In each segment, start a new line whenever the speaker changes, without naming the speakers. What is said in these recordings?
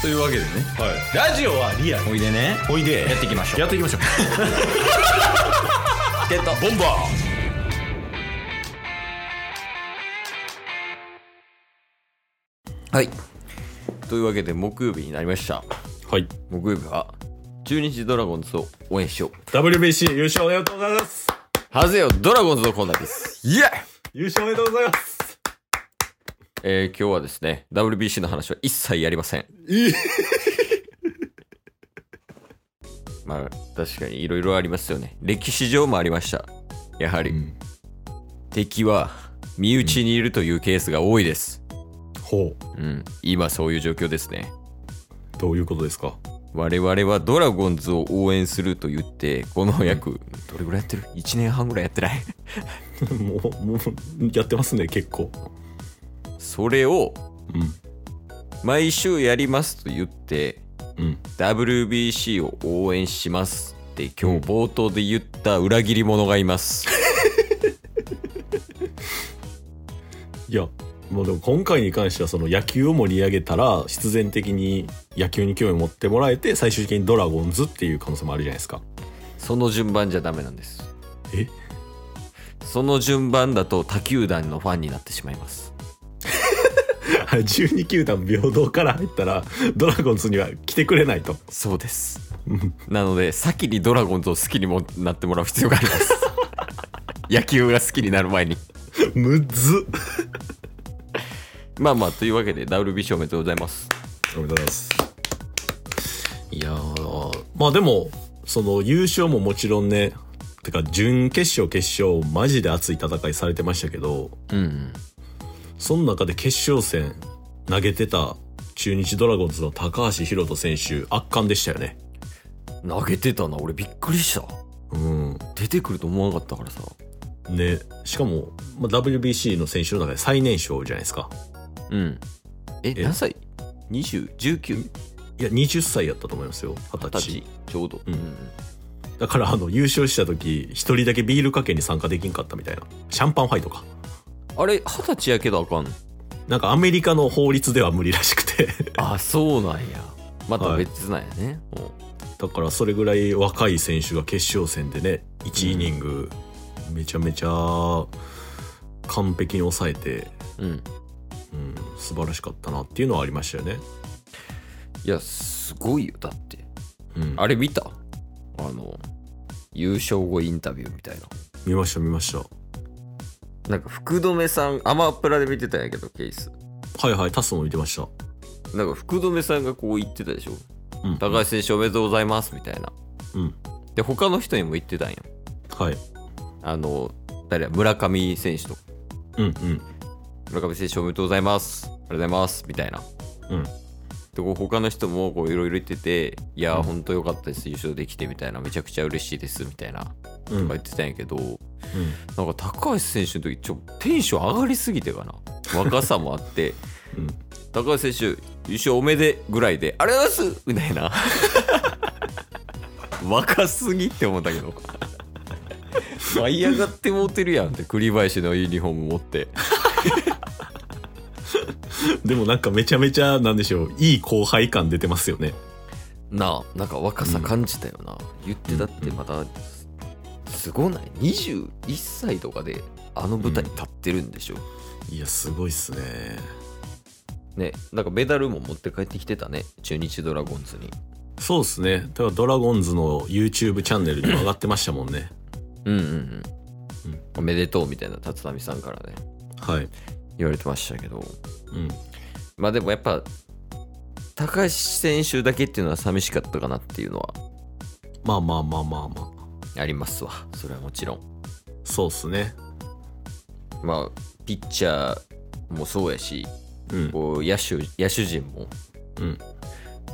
というわけでね
はい、ラジオはリアル
おいでね
おいで
やっていきましょう
やっていきましょう
ゲット
ボンバ
はいというわけで木曜日になりました
ーはい
木曜日は中日ドラゴンズを応援しよう
WBC 優勝おめでとうございます
はぜよドラゴンズのコーナーですイエーイ
優勝おめでとうございます
えー、今日はですね WBC の話は一切やりません
いい
まあ確かにいろいろありますよね歴史上もありましたやはり、
ん
敵は身内にいるというケースが多いです
ほ
うん今そういう状況ですね
うどういうことですか
我々はドラゴンズを応援すると言ってこの約どれぐらいやってる ?1 年半ぐらいやってない
もうもうやってますね結構
それを
う
毎週やりますと言って
んうん
WBC を応援しますって今日冒頭で言った裏切り者がいます、
いやもうでも今回に関してはその野球を盛り上げたら必然的に野球に興味を持ってもらえて最終的にドラゴンズっていう可能性もあるじゃないですか
その順番じゃダメなんです
え
その順番だと他球団のファンになってしまいます
あれ12球団平等から入ったらドラゴンズには来てくれないと
そうです なので先にドラゴンズを好きにもなってもらう必要があります 野球が好きになる前に
むず
まあまあというわけで WBC おめでとうございます
おめでとうございますいやーまあでもその優勝ももちろんねてか準決勝決勝マジで熱い戦いされてましたけど
うんうん
その中で決勝戦投げてた中日ドラゴンズの高橋宏斗選手圧巻でしたよね。
投げてたな俺びっくりした
うん。
出てくると思わなかったからさ
ね。しかも、まあ、WBC の選手の中で最年少じゃないですか。
うんえ
え
何歳 ?20?19?20
いや、20歳やったと思いますよ。20歳
歳。ちょうど、
うん
うん
だから、あの、優勝した時、一人だけビールかけに参加できんかったみたいな。シャンパンファイトか。
あれ二十歳やけどあかんの
なんかアメリカの法律では無理らしくて。
あそうなんやまた別なんやね、
だから、それぐらい若い選手が決勝戦でね、1イニング、めちゃめちゃ、完璧に抑えて、
うんうん
うん、素晴らしかったなっていうのはありましたよね。
いやすごいよだって
うん、
あれ見たあの優勝後インタビューみたいな
見ました見ました。
なんか福留さんアマプラで見てたんやけどケース
はいはい、タスも見てました。
なんか福留さんがこう言ってたでしょ
うん、
高橋選手おめでとうございますみたいな
うん、
で他の人にも言ってたんよ
はい。
あの誰や村上選手とか
うんうん
村上選手おめでとうございますありがとうございますみたいな
うん
でこう他の人もこういろいろ言ってて「いや
うん
ーほんとよかったです優勝できて」みたいな「めちゃくちゃ嬉しいです」みたいなとか
うんうん
言ってたんやけど、なんか高橋選手の時ちょっとテンション上がりすぎてかな若さもあって
うん
高橋選手優勝おめでぐらいで「ありがとうございます!」みたい な若すぎって思ったけ ど舞い上がってもうてるやんって栗林のユニフォーム持って
でもなんかめちゃめちゃなんでしょういい後輩感出てますよね
なあなんか若さ感じたよな、言ってだってまたすごない21歳とかであの舞台に立ってるんでしょ、
いやすごいっすね
ねなんかメダルも持って帰ってきてたね中日ドラゴンズに
そうっすねだからドラゴンズの YouTube チャンネルにも上がってましたもんね
うんうんうん、おめでとうみたいな立浪さんからね
はい
言われてましたけど
うん
まあでもやっぱ高橋選手だけっていうのは寂しかったかなっていうのは
まあまあまあまあまあ
ありますわそれはもちろん
そうっすね
まあピッチャーもそうやし
うん
こう野手野手陣も
うん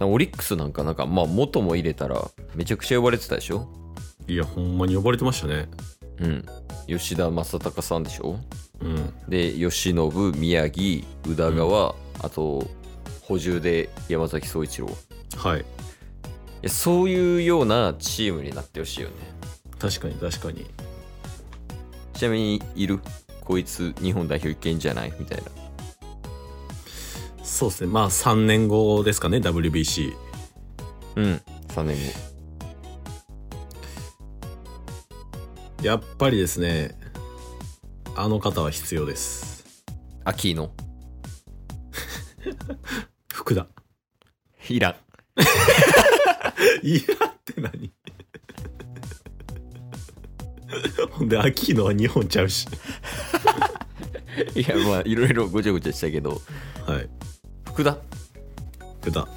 オリックスなんかなんかまあ元も入れたらめちゃくちゃ呼ばれてたでしょ
いやほんまに呼ばれてましたね
うん吉田正尚さんでしょ
うん
で吉信宮城宇田川、あと補充で山崎総一郎い
はい
やそういうようなチームになってほしいよね
確かに確かに
ちなみにいるこいつ日本代表いけんじゃないみたいな
そうですね。まあ3年後ですかね、WBC。
うん3年
やっぱりですね、あの方は必要です。
後秋の
福田。
いらん
いやって何 ほんで、秋のは2本ちゃうし。
いやまあいろいろごちゃごちゃしたけど
はい。
福田
福田。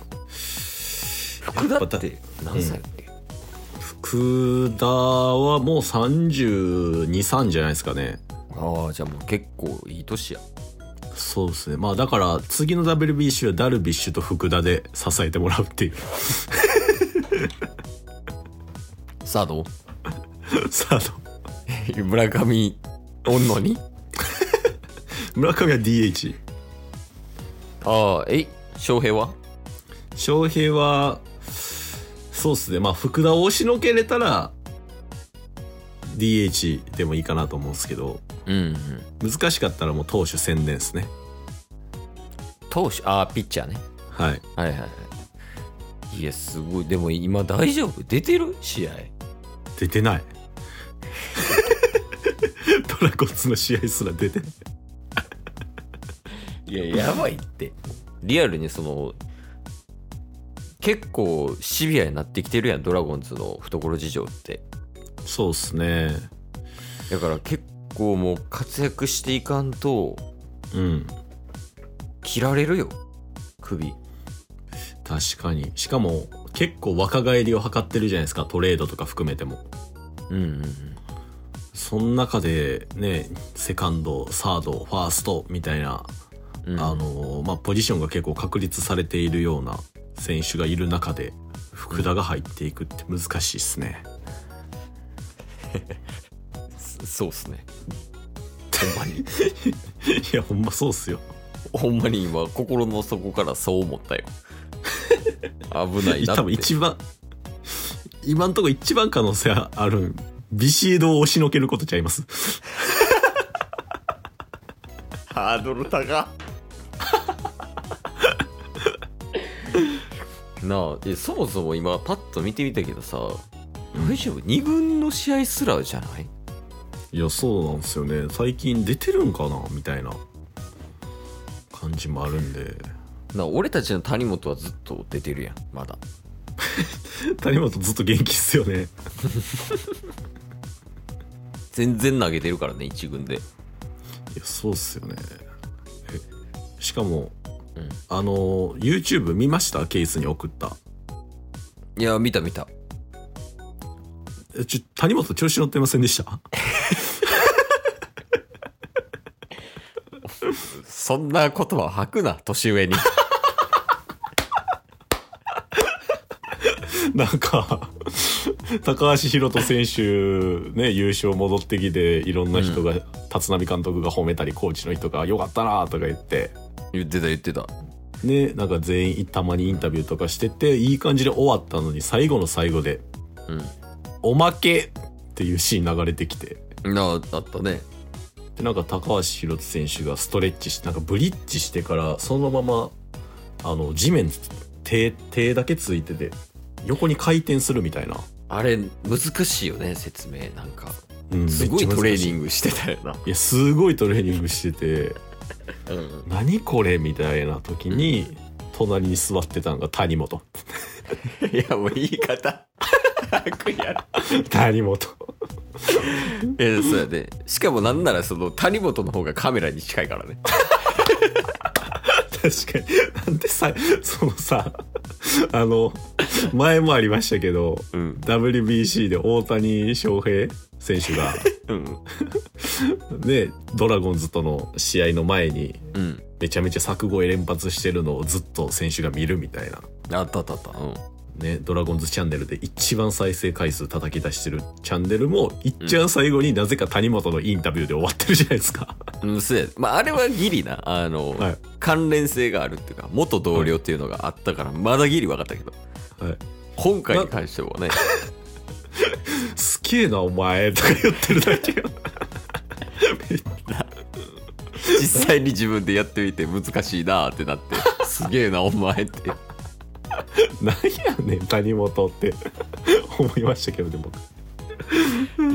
福田って何歳だっけ、
福田はもう32、3じゃないですかね。
ああじゃあもう結構いい年や
そうですね。まあだから、次の WBC はダルビッシュと福田で支えてもらうっていう。
サード
サード。
村上おんのに
村上は DH。
ああえ翔平は
翔平は、そうですね。まあ、福田を押しのけれたら、DH でもいいかなと思うんですけど、
うん、うん、
難しかったらもう投手専念ですね。
投手ああピッチャーね
はい。
はいはいはいいやすごいでも今大丈夫出てる試合
出てない。 ドラゴンズの試合すら出てない。
いややばいってリアルにその結構シビアになってきてるやんドラゴンズの懐事情って
そうですね。
だから結構もう活躍していかんと
うん。
切られるよ首
確かに。しかも、結構若返りを図ってるじゃないですか。トレードとか含めても。
うんうんうん
その中で、ね、セカンド、サード、ファーストみたいな
うん
あのーまあ、ポジションが結構確立されているような選手がいる中で福田が入っていくって難しいですね。
そそうっすねほ んまに
いやほんまそうっすよ。
ほんまに今心の底からそう思ったよ危ないなって
多分一番今んとこ一番可能性あるビシエドを押しのけることちゃいます。
ハードル高 なあえそもそも今パッと見てみたけどさ大丈夫2軍の試合すらじゃない
いやそうなんですよね最近出てるんかなみたいな感じもあるんで
なあ俺たちの谷本はずっと出てるやんまだ
谷本ずっと元気っすよね。
全然投げてるからね1軍で
いやそうっすよね。えしかも、
うん
あのー YouTube 見ましたケースに送った。
いや見た見た
えちょ、谷本調子乗ってませんでした
そんな言葉を吐くな年上に
なんか、高橋宏斗選手、ね、優勝戻ってきて、いろんな人が、立浪監督が褒めたり、コーチの人が、よかったなとか言って、
言ってた言ってた
ね、なんか全員たまにインタビューとかしてて、いい感じで終わったのに、最後の最後で、
う
おまけっていうシーン流れてきて、
んなああったね
でなんか高橋宏斗選手がストレッチしてなんかブリッジしてからそのままあの地面手手だけついてて横に回転するみたいな、
あれ難しいよね説明なんか
うん
すごいトレーニ
グ
ングしてたよな、
いやすごいトレーニングしてて
うん、
何これみたいな時に隣に座ってたのが谷本
いやもう言い方悪意ある
谷本
えそうやでしかもなんならその谷本の方がカメラに近いからね
確かになんでさそのさあの前もありましたけど
うん
WBC で大谷翔平選手が
うん
でドラゴンズとの試合の前に
うん
めちゃめちゃ柵越え連発してるのをずっと選手が見るみたいな、
あったあったあったうん
ね、ドラゴンズチャンネルで一番再生回数叩き出してるチャンネルも一番最後になぜか谷本のインタビューで終わってるじゃないですか
うん、そうやまあ、あれはギリなあの、
はい
関連性があるっていうか元同僚っていうのがあったからまだギリ分かったけど、
はい
今回に関してはね
すげえなお前とか言ってるだけがめっ
実際に自分でやってみて難しいなーってなって すげえなお前って
なんやねん谷本って 思いましたけどでも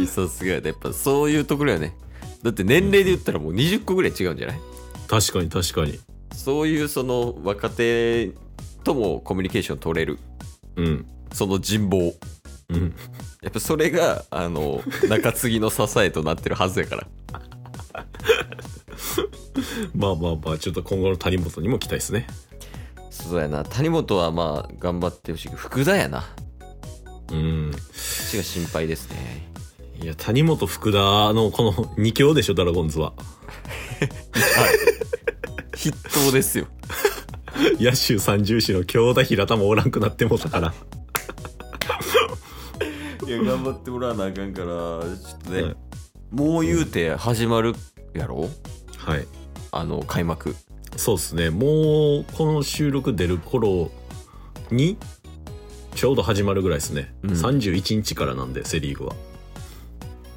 さすがやなやっぱそういうところやねだって年齢で言ったらもう20個ぐらい違うんじゃない
確かに確かに
そういうその若手ともコミュニケーション取れる
うん
その人望
うん
やっぱそれがあの中継ぎの支えとなってるはずやから
まあまあまあちょっと今後の谷本にも期待ですね
そうやな谷本はまあ頑張ってほしいけど福田やなこ
うん
っちが心配ですね
いや谷本福田のこの 2強でしょドラゴンズは
筆頭ですよ
野手三重視の京田平田もおらんくなってもうたから
いや頑張ってもらわなあかんからちょっとね、
はい
もう言うて始まるやろ
はい
あの開幕
そうですねもうこの収録出る頃にちょうど始まるぐらいですね、
うん
31日からなんでセ・リーグは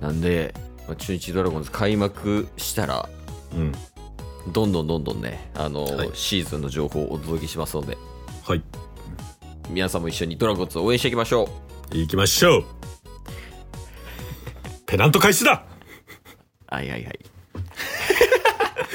なんで、まあ、中日ドラゴンズ開幕したら
うん
どんどんどんどんねあの、
はい
シーズンの情報をお届けしますので
はい
皆さんも一緒にドラゴンズを応援していきましょう
行きましょう ペナント開始だ
はいはいは